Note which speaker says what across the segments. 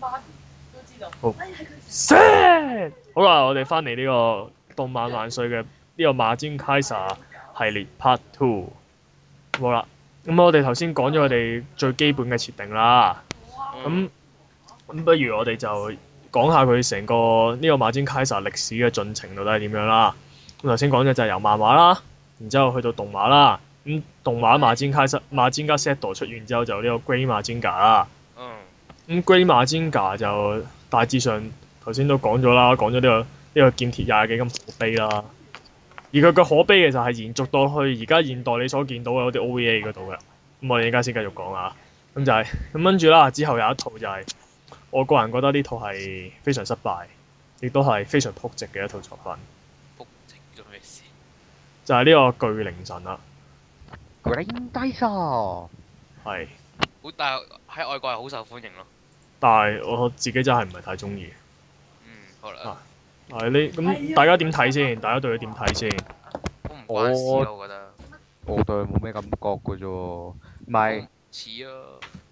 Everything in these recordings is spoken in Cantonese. Speaker 1: 花兒都知道。
Speaker 2: 好
Speaker 1: 哎呀，佢成
Speaker 2: Sad 好啦，我哋翻嚟呢個動漫萬歲嘅呢個馬尖 Kaiser 系列 Part Two。好啦，咁我哋頭先講咗我哋最基本嘅設定啦。
Speaker 3: 嗯
Speaker 2: 咁咁不如我哋就講下佢成個呢個馬尖 Kaiser 歷史嘅進程到底係點樣啦。咁頭先講咗就係由漫畫啦，然之後去到動畫啦。咁動畫馬尖 Kaiser 馬尖加 Set 出現之後，就呢個 Grey 馬尖 a 啦。
Speaker 3: 嗯，
Speaker 2: 咁 Grey Mazinga 就大致上頭先都講咗啦，講咗呢、個呢、個劍鐵廿幾咁可悲啦。而佢嘅可悲嘅就係延續到去而家現代你所見到嘅嗰啲 OVA 嗰度嘅。咁我哋而家先繼續講啊。咁就係、咁跟住啦，之後有一套就係、我個人覺得呢套係非常失敗，亦都係非常撲直嘅一套作品，
Speaker 3: 卜直咗咩事？
Speaker 2: 就係、呢個巨靈神啦。啊
Speaker 4: Green Dinosaur
Speaker 2: 係，
Speaker 3: 好，但係喺外國係好受歡迎咯。
Speaker 2: 但係我自己真係唔係太中意。
Speaker 3: 嗯，好
Speaker 2: 啊
Speaker 3: 啦，
Speaker 2: 係呢
Speaker 1: 啊
Speaker 2: 咁大家點睇先？大家對佢點睇先？
Speaker 3: 都唔關事啊咯，我覺得。
Speaker 4: 我對佢冇咩感覺嘅啫喎，唔係
Speaker 3: 似啊，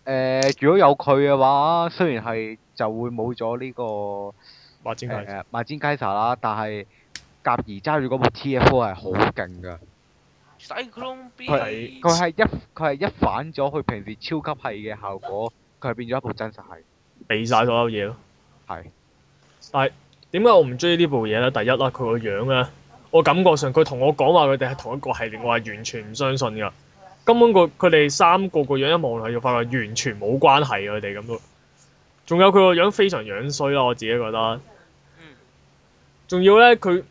Speaker 2: 嗯
Speaker 4: 誒，如果有佢嘅話，雖然係就會冇咗呢個
Speaker 2: 馬尖
Speaker 4: 誒
Speaker 2: 加
Speaker 4: 誒馬尖 k a s a 啦，但係甲兒揸住嗰部 TFO 係好勁㗎，
Speaker 3: Cyclone B
Speaker 2: 佢
Speaker 4: 佢係一佢係一反咗佢平時超級係嘅效果，佢係變咗一部真實係
Speaker 2: 避晒所有嘢咯。
Speaker 4: 係
Speaker 2: 點解我唔中意呢部嘢咧？第一啦，佢個樣咧，我感覺上佢同我講話佢哋係同一個系列，我係完全唔相信㗎。根本個佢哋三個個樣一望落去，就發覺完全冇關係啊㗎佢哋咁咯。仲有佢個樣非常樣衰啦，我自己覺得。
Speaker 3: 嗯，
Speaker 2: 仲要咧，佢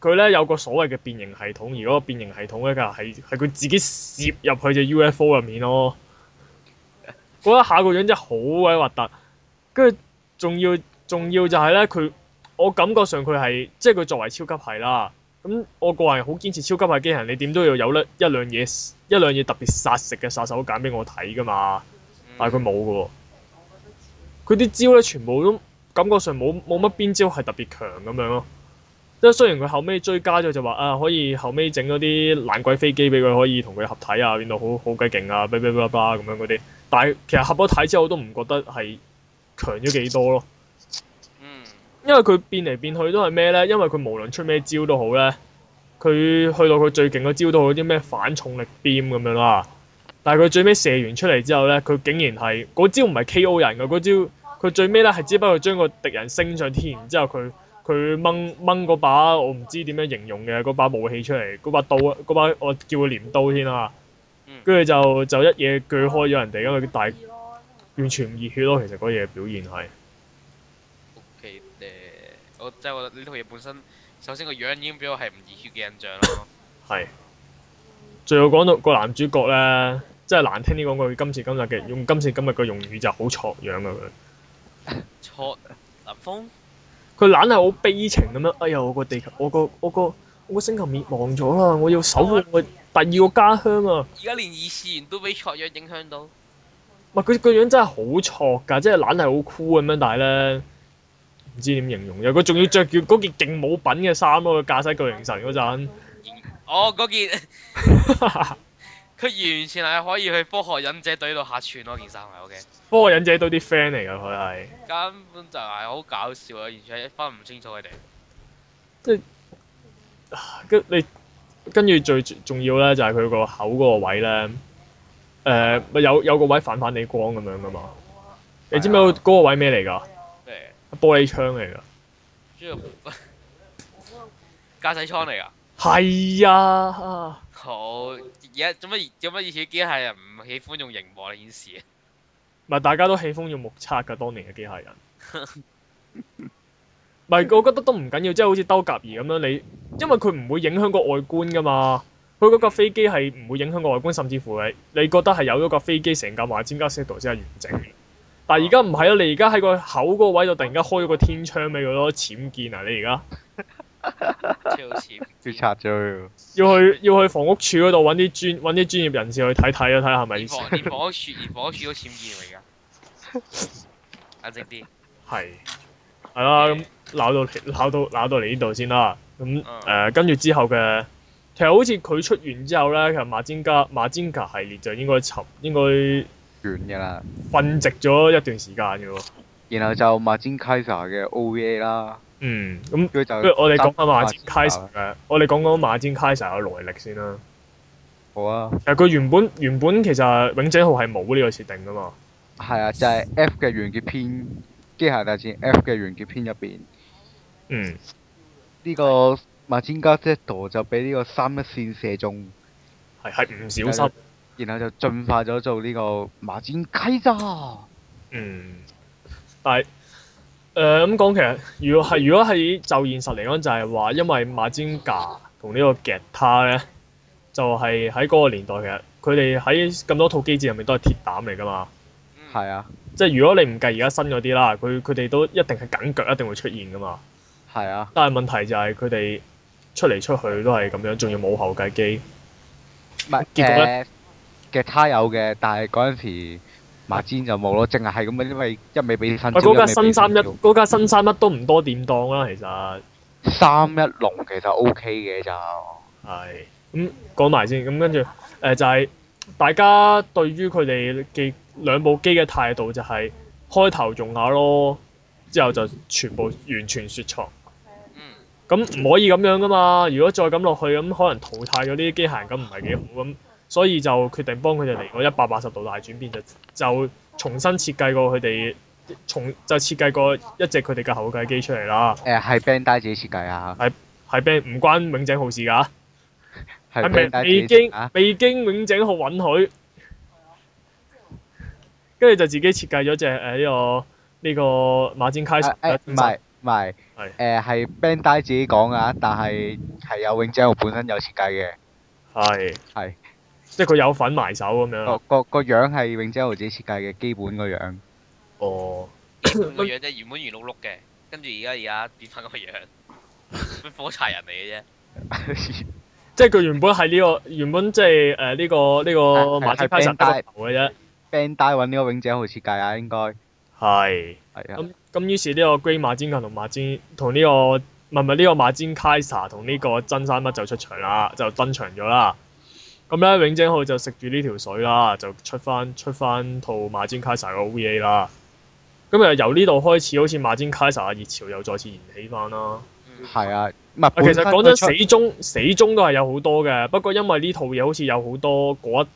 Speaker 2: 佢咧有個所謂嘅變形系統，而嗰個變形系統咧，就係係佢自己攝入去隻 UFO 入面咯。嗰一下個樣真係好鬼核突，跟住仲要仲要就係咧，佢我感覺上佢係即係佢作為超級係啦。咁我個人好堅持超級係機器人，你點都要有咧一兩嘢一兩嘢特別殺食嘅殺手鐧俾我睇噶嘛。
Speaker 3: 嗯
Speaker 2: 但係佢冇嘅喎。佢啲招咧全部都感覺上冇冇乜邊招係特別強咁樣咯。即係雖然佢後尾追加咗就話啊，可以後尾整嗰啲爛鬼飛機俾佢，可以同佢合體啊，變到好好鬼勁啊，巴拉巴拉巴拉咁樣嗰啲。但係其實合咗體之後，我都唔覺得係強咗幾多咯。
Speaker 3: 嗯
Speaker 2: 因為佢變嚟變去都係咩咧？因為佢無論出咩招都好咧，佢去到佢最勁嘅招都好啲咩反重力 beam 咁樣啦。但係佢最尾射完出嚟之後咧，佢竟然係嗰招唔係 K.O. 人嘅嗰招，佢最尾咧係只不過將個敵人升上天，然之後佢佢掹掹嗰把我唔知點樣形容嘅嗰把武器出嚟，嗰把刀啊，嗰把我叫佢鐮刀添啊
Speaker 3: 嗯。
Speaker 2: 跟住就就一嘢鋸開咗人哋，因為佢大
Speaker 1: 意咯
Speaker 2: 完全唔熱血咯。其實嗰嘢表現係。
Speaker 3: ，OK 誒，我真係覺得呢套嘢本身，首先個樣已經俾我係唔熱血嘅印象 咯。
Speaker 2: 係。最後講到個男主角咧，即係難聽啲講句，今次今日嘅用今次今日嘅用語就好挫樣啊！
Speaker 3: 錯，林峰，
Speaker 2: 佢佢懶係好悲情咁樣，哎呀！我個地球，我個我個我個星球滅亡咗啦，我要守護我第二個家鄉啊！
Speaker 3: 而家連二次元都俾錯樣影響到。
Speaker 2: 唔係佢個樣真係好挫㗎，即係懶係好酷咁樣，但係咧唔知點形容嘅。佢仲要着住嗰件勁冇品嘅衫咯，佢駕駛巨型神嗰陣。
Speaker 3: 哦，嗰件佢完全係可以去科學忍者隊度客串咯，件衫係 OK，
Speaker 2: 不過忍者都啲 friend 嚟㗎，佢係。
Speaker 3: 根本就係好搞笑啊！完全係分唔清楚佢哋。
Speaker 2: 跟你跟住最重要咧，就係佢個口嗰個位咧，誒、咪有有個位反反地光咁樣噶嘛？你知唔知嗰個位咩嚟㗎？
Speaker 3: 咩？
Speaker 2: 玻璃窗嚟㗎。
Speaker 3: 主要駕駛艙嚟噶。
Speaker 2: 係啊，
Speaker 3: 好，而家做乜做乜以前啲機械人唔喜歡用熒幕嚟顯示啊？
Speaker 2: 咪大家都喜歡用目測㗎，當年嘅機械人。 唔係，我覺得都唔緊要，即係好似兜甲兒咁樣，你因為佢唔會影響個外觀㗎嘛。佢嗰架飛機係唔會影響個外觀，甚至乎你你覺得係有咗架飛機成架馬尖加 set 度先係完整嘅。但係而家唔係啊！你而家喺個口嗰個位度突然間開咗個天窗俾佢咯，僭建啊！你而家
Speaker 3: 超似
Speaker 4: 要拆咗佢喎。
Speaker 2: 要去要去房屋處嗰度揾啲專揾啲專業人士去睇睇啊，睇下係咪
Speaker 3: 連房連房屋處連房屋處都僭建啊！而家冷靜 啲，
Speaker 2: 係係
Speaker 4: 啊
Speaker 2: 啦，咁鬧到嚟鬧到鬧到嚟呢度先啦。咁
Speaker 3: 嗯
Speaker 2: 誒跟住之後嘅，其實好似佢出完之後咧，其實馬尖加馬尖加系列就應該沉應該
Speaker 4: 完㗎啦，
Speaker 2: 瞓直咗一段時間嘅喎。
Speaker 4: 然後就馬尖 Kaiser 嘅 OVA 啦，
Speaker 2: 嗯，咁
Speaker 4: 跟住就
Speaker 2: 不如我哋講下馬
Speaker 4: 真
Speaker 2: 占 Kaiser 嘅，我哋講講馬占 Kaiser 嘅來歷先啦。
Speaker 4: 好啊，
Speaker 2: 其實佢原本原本其實永井號係冇呢個設定噶嘛。
Speaker 4: 係啊，就係、F 嘅完結篇，機械大戰 F 嘅完結篇入邊，
Speaker 2: 嗯，
Speaker 4: 呢、個馬尖加 Z 就俾呢個三一線射中。
Speaker 2: 係係唔小心。
Speaker 4: 然後就進化咗做呢個馬戰雞咋。
Speaker 2: 嗯，但係誒咁講，其實如果係如果係就現實嚟講，就係話因為馬占架同呢個夾他咧，就係喺嗰個年代其實佢哋喺咁多套機戰入面都係鐵膽嚟噶嘛。
Speaker 3: 嗯
Speaker 4: 係啊，
Speaker 2: 即係如果你唔計而家新嗰啲啦，佢佢哋都一定係緊腳，一定會出現噶嘛。
Speaker 4: 係啊，
Speaker 2: 但係問題就係佢哋出嚟出去都係咁樣，仲要冇後繼機。
Speaker 4: 唔係
Speaker 2: 結果咧
Speaker 4: 誒嘅他有嘅，但係嗰陣時馬戰就冇咯，淨係係咁樣，因為一味俾新招，
Speaker 2: 喂，嗰
Speaker 4: 一
Speaker 2: 家
Speaker 4: 味俾
Speaker 2: 新三一，
Speaker 4: 招
Speaker 2: 嗰家新三一都唔多掂當啦，其實
Speaker 4: 三一龍其實 O K 嘅就
Speaker 2: 係咁講埋先。咁跟住誒就係、大家對於佢哋嘅兩部機嘅態度就係、開頭用下咯，之後就全部完全雪藏。
Speaker 3: 嗯，
Speaker 2: 咁唔可以咁樣噶嘛！如果再咁落去，咁可能淘汰咗呢啲機械人，咁唔係幾好咁，所以就決定幫佢哋嚟個一百八十度大轉變，就就重新設計過佢哋，重就設計過一隻佢哋嘅後繼機出嚟啦。
Speaker 4: 誒呃係 Bandai 自己設計啊，
Speaker 2: 係俾唔關永井號事㗎，
Speaker 4: 係
Speaker 2: 係未
Speaker 4: Bandai
Speaker 2: 未
Speaker 4: 自己
Speaker 2: 經
Speaker 4: 設計啊，
Speaker 2: 未經永井號允許，跟住就自己設計咗隻誒呢個呢、個馬占卡
Speaker 4: 誒誒啊哎唔係唔係
Speaker 2: 係
Speaker 4: 誒係 Bandai 自己講啊，但係係有永井豪本身有設計嘅，
Speaker 2: 係
Speaker 4: 係
Speaker 2: 即係佢有份埋手咁樣
Speaker 4: 個
Speaker 2: 啦。
Speaker 4: 個個樣係永井豪自己設計嘅基本個樣。
Speaker 2: 哦，
Speaker 3: 個樣啫，原本圓碌碌嘅，跟住而家而家變翻個樣，咩火柴人嚟嘅啫。
Speaker 2: 即係佢原本係呢、個原本即係誒呢個呢、個
Speaker 4: 係係
Speaker 2: 馬斯卡神得個頭嘅啫。
Speaker 4: Bandai 揾呢個永井豪設計啊，應該
Speaker 2: 係。
Speaker 4: 係啊，
Speaker 2: 咁咁於是呢個 Grey 馬尖強同馬尖同呢個唔係唔係呢個馬尖 Kaiser 同呢個真三乜就出場啦，就登場咗啦。咁咧永井浩就食住呢條水啦，就出翻出翻套馬尖 Kaiser 嘅 OVA 啦。咁啊由呢度開始，好似馬尖 Kaiser 嘅熱潮又再次燃起翻啦。
Speaker 3: 嗯
Speaker 4: 係啊，唔係
Speaker 2: 啊，其實講真，
Speaker 4: 本身佢出
Speaker 2: 死忠死忠都係有好多嘅，不過因為呢套嘢好似有好多嗰一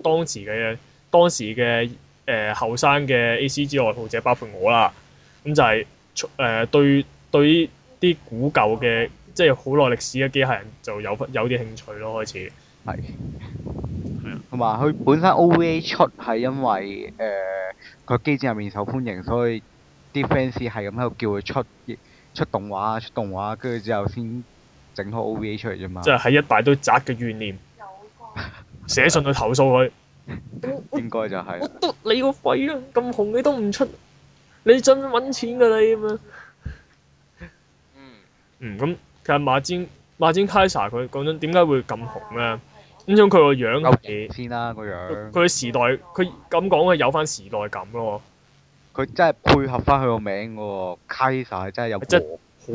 Speaker 2: 當時嘅當時嘅誒後生嘅 A.C.G 愛好者，包括我啦，咁就係、誒、對對啲古舊嘅即係好耐歷史嘅機械人就有有啲興趣咯，開始
Speaker 4: 係同埋佢本身 OVA 出係因為誒佢機戰入面受歡迎，所以啲 fans 係咁喺度叫佢出出動畫啊，出動畫啊，跟住之後先整套 OVA 出嚟啫嘛
Speaker 2: 即，係喺一大堆宅嘅怨念寫信去投訴佢。
Speaker 4: 應該就係
Speaker 2: 我
Speaker 4: 啦
Speaker 2: 督你個肺啊！咁紅你都唔出，你想揾錢㗎你咁樣。
Speaker 3: 嗯，
Speaker 2: 嗯，咁其實馬占馬占 Kaiser 佢講真點解會咁紅咧？咁種佢個樣
Speaker 4: 夠
Speaker 2: 係
Speaker 4: 型先啦個
Speaker 2: 佢
Speaker 4: 樣，
Speaker 2: 佢時代佢咁講佢有翻時代感咯，
Speaker 4: 佢真係配合翻佢個名喎，Kaiser 真係有
Speaker 2: 即係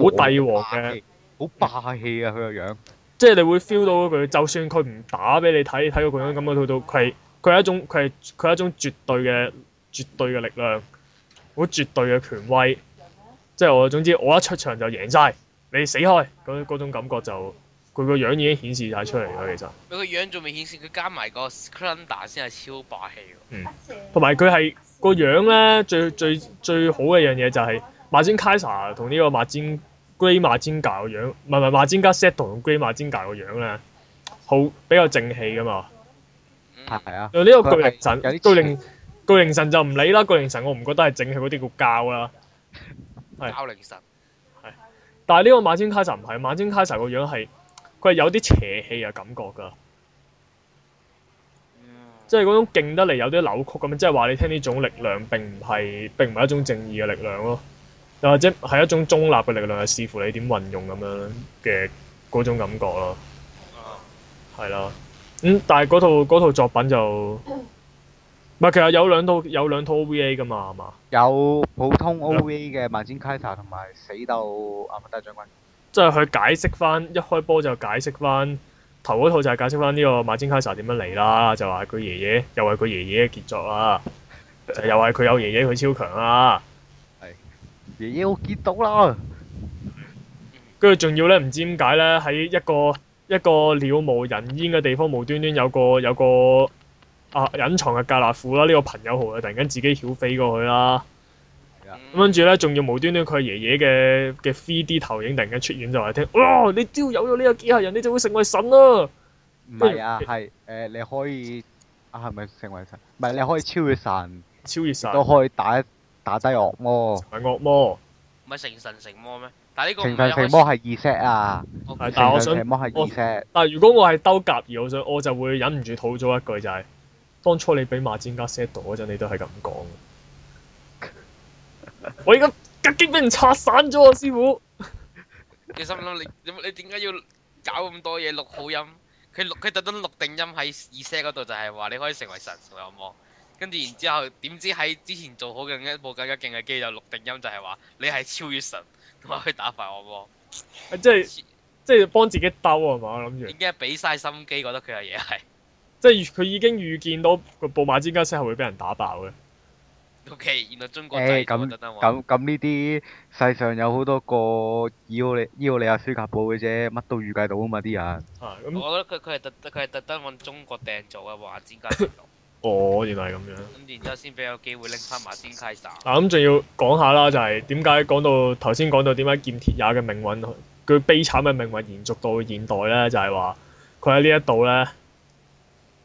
Speaker 4: 王
Speaker 2: 好帝王嘅，，
Speaker 4: 好霸氣啊佢個樣，
Speaker 2: 即係你會 feel 到佢，就算佢唔打俾你睇，睇到佢樣咁樣，到到佢係佢係一種佢係佢係一種絕對嘅絕對嘅力量，好絕對嘅權威。即係我總之我一出場就贏晒，你死開咁嗰種感覺就佢個樣已經顯示晒出嚟啦，其實。
Speaker 3: 佢個樣仲未顯示，佢加埋個 Clunder 先係超霸氣喎。
Speaker 2: 同埋佢係個樣咧，最最最好嘅一樣嘢就係馬尖 Kaiser 同呢個馬尖 Grey 馬尖架個樣，唔係唔係馬尖加 Set 同 Grey 馬尖架個樣咧，好比較正氣噶嘛。
Speaker 3: 嗯
Speaker 4: 係啊，
Speaker 2: 呢個巨靈神
Speaker 4: 佢係有啲，
Speaker 2: 巨靈巨靈神就唔理啦，巨靈神我唔覺得係正氣嗰啲叫膠啦。係
Speaker 3: 交靈神，
Speaker 2: 但係呢個馬尖 Kaiser 唔係，馬尖 Kaiser 個樣係佢係有啲邪氣嘅感覺㗎，即係嗰種勁得嚟有啲扭曲咁樣，即係話你聽呢種力量並唔係並唔係一種正義嘅力量咯，又或者係一種中立嘅力量，係視乎你點運用咁樣嘅嗰種感覺咯，
Speaker 3: 啊
Speaker 2: 係啦。咁、但係嗰套嗰套作品就唔係，其實有兩套有兩套 OVA 噶嘛，係嘛？
Speaker 4: 有普
Speaker 2: 嗯
Speaker 4: 通 OVA 嘅萬千 Kaiser 同埋死鬥阿麥德將軍。
Speaker 2: 即係佢解釋翻一開波就解釋翻頭嗰套就係解釋翻呢個馬尖卡薩點樣嚟啦，就話佢爺爺又係佢爺爺嘅傑作啦，就又係佢有爺爺佢超強啦。
Speaker 4: 係爺爺我見到啦，
Speaker 2: 跟住仲要咧，唔知點解咧，喺一個一個渺無人煙嘅地方，無端端有個有個啊隱藏嘅格納庫啦，呢、個朋友號啊，突然間自己曉飛過去啦。
Speaker 3: 嗯
Speaker 2: 咁跟住咧，仲要無端端佢爺爺嘅嘅 3D 投影突然間出現，就話聽，哇！你只要有咗呢個機械人，你就會成為神啦。
Speaker 4: 唔係啊，係誒、你可以啊係咪成為神？唔係你可以超越神，
Speaker 2: 超越神，
Speaker 4: 都
Speaker 2: 唔
Speaker 4: 可以打打低惡魔。
Speaker 2: 係惡魔。
Speaker 3: 唔係成神成魔咩？但係呢個
Speaker 4: 情
Speaker 3: 唔
Speaker 4: 份
Speaker 3: 係
Speaker 4: 成魔係意識啊，
Speaker 2: 係
Speaker 4: 情
Speaker 2: 但係我
Speaker 4: 份
Speaker 2: 想
Speaker 4: 成魔係意識。
Speaker 2: 但係如果我係兜夾而我想我就會忍唔住吐咗一句就係、當初你俾馬占家 set 到嗰陣，你都係咁講。我而家夾擊俾人拆散咗啊，師傅！
Speaker 3: 你心諗你你你點解要搞咁多嘢錄好音？佢錄佢特登錄定音喺 reset 嗰度，就係話你可以成為神成為惡魔。跟住然之後，點知喺之前做好嘅一部更加勁嘅機就錄定音，就係話你係超越神，同埋可以打敗惡魔。
Speaker 2: 即係即係幫自己兜係嘛？我諗住
Speaker 3: 已，經係俾晒心機，覺得佢嘅嘢係
Speaker 2: 即係佢已經預見到個布馬占家 set 係會俾人打爆嘅。
Speaker 3: OK。原來中國
Speaker 4: 誒
Speaker 3: 製造
Speaker 4: 咁
Speaker 3: 特登話
Speaker 4: 咁咁呢啲世上有好多個伊奧利伊奧利亞舒格堡嘅啫，乜都預計到啊嘛啲人。
Speaker 2: 啊，咁
Speaker 3: 我覺得佢佢係特佢係特登揾中國訂做嘅華尖加成龍，
Speaker 2: 哦，原來係咁樣。
Speaker 3: 咁然之後先俾有機會拎翻馬尖卡撒。
Speaker 2: 嗱，啊咁仲要講下啦，就係點解講到頭先講到點解劍鐵也嘅命運，佢悲慘嘅命運延續到現代咧，就係話佢喺呢一度咧，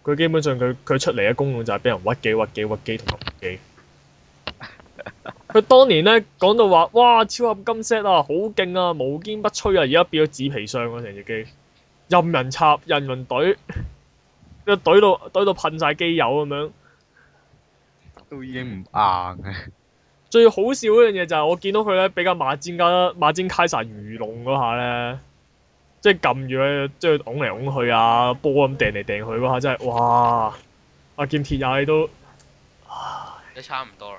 Speaker 2: 佢基本上佢佢出嚟嘅功用就係俾人屈機、屈機、屈機同埋屈機。佢當年咧講到話，哇！超合金 set 啊，好勁啊，無堅不摧啊，而家變咗紙皮箱啊，成隻機，任人插，任人懟， 個懟到懟到噴晒機油咁樣。
Speaker 4: 都已經唔硬嘅，
Speaker 2: 最好笑嗰樣嘢就係我見到佢咧，俾架馬尖加馬尖卡薩愚弄嗰下咧，即係撳住佢，即係拱嚟拱去啊，波咁掟嚟掟去嗰下，真係哇！阿劍鐵也都
Speaker 3: 都差唔多啦。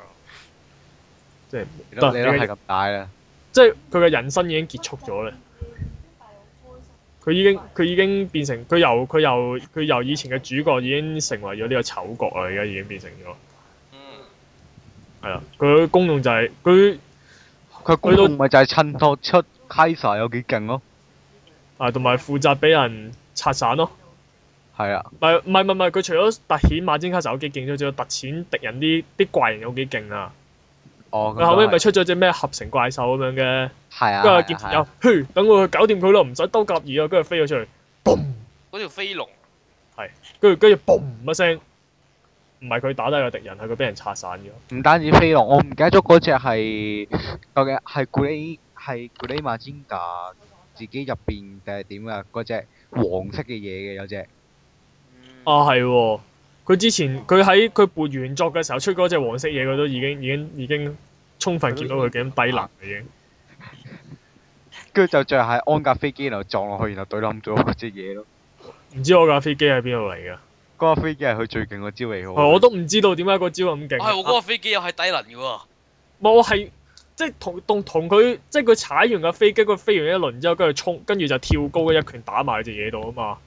Speaker 4: 你都
Speaker 2: 得
Speaker 4: 你都
Speaker 2: 你
Speaker 4: 係咁大啦。
Speaker 2: 即係佢嘅人生已經結束咗啦。佢已經佢已經變成佢由佢由佢由以前嘅主角已經成為咗呢個丑角啦，而家已經變成咗
Speaker 3: 嗯，
Speaker 2: 係啦。佢嘅功用就係佢
Speaker 4: 佢功用咪就係襯托出 Kaiser 有幾勁咯，
Speaker 2: 啊，同埋負責俾人拆散咯。
Speaker 4: 係啊，
Speaker 2: 唔係唔係唔係，佢除咗突顯馬尖卡手機勁之外，仲有突顯敵人啲啲怪人有幾勁啊！
Speaker 4: 哦，
Speaker 2: 佢後尾咪
Speaker 4: 出
Speaker 2: 出咗只咩合成怪獸咁樣嘅，
Speaker 4: 係啊，
Speaker 2: 跟住阿
Speaker 4: 係
Speaker 2: 劍鐵
Speaker 4: 啊係啊
Speaker 2: 友，嘿，等我去搞掂佢咯，唔使兜甲二啊！跟住飛咗出嚟，
Speaker 3: 嗰條飛龍
Speaker 2: 跟住跟住嘣一聲，唔係佢打低個敵人，係佢俾人拆散咗。
Speaker 4: 唔單止飛龍，我唔記得咗嗰只係究竟係古里係古里馬尖架自己入邊定係點啊？嗰只黃色嘅嘢嘅有隻
Speaker 3: 嗯
Speaker 2: 啊，係喎！佢之前佢喺佢撥原作嘅時候出嗰只黃色嘢，佢都已經已經已經充分見到佢幾咁低能啦已經。
Speaker 4: 跟住就最後係安架飛機然後撞落去，然後懟冧咗嗰隻嘢咯。
Speaker 2: 唔知我架飛機喺邊度嚟嘅？
Speaker 4: 嗰架飛機係佢最勁嗰招嚟嘅喎。
Speaker 2: 我都唔知道點解個招咁勁。
Speaker 3: 係我嗰個飛機又係低能嘅喎。
Speaker 2: 冇係即係同同同佢即係佢踩完架飛機，佢飛完一輪之後，跟住衝，跟住就跳高嘅一拳打埋只嘢度啊嘛。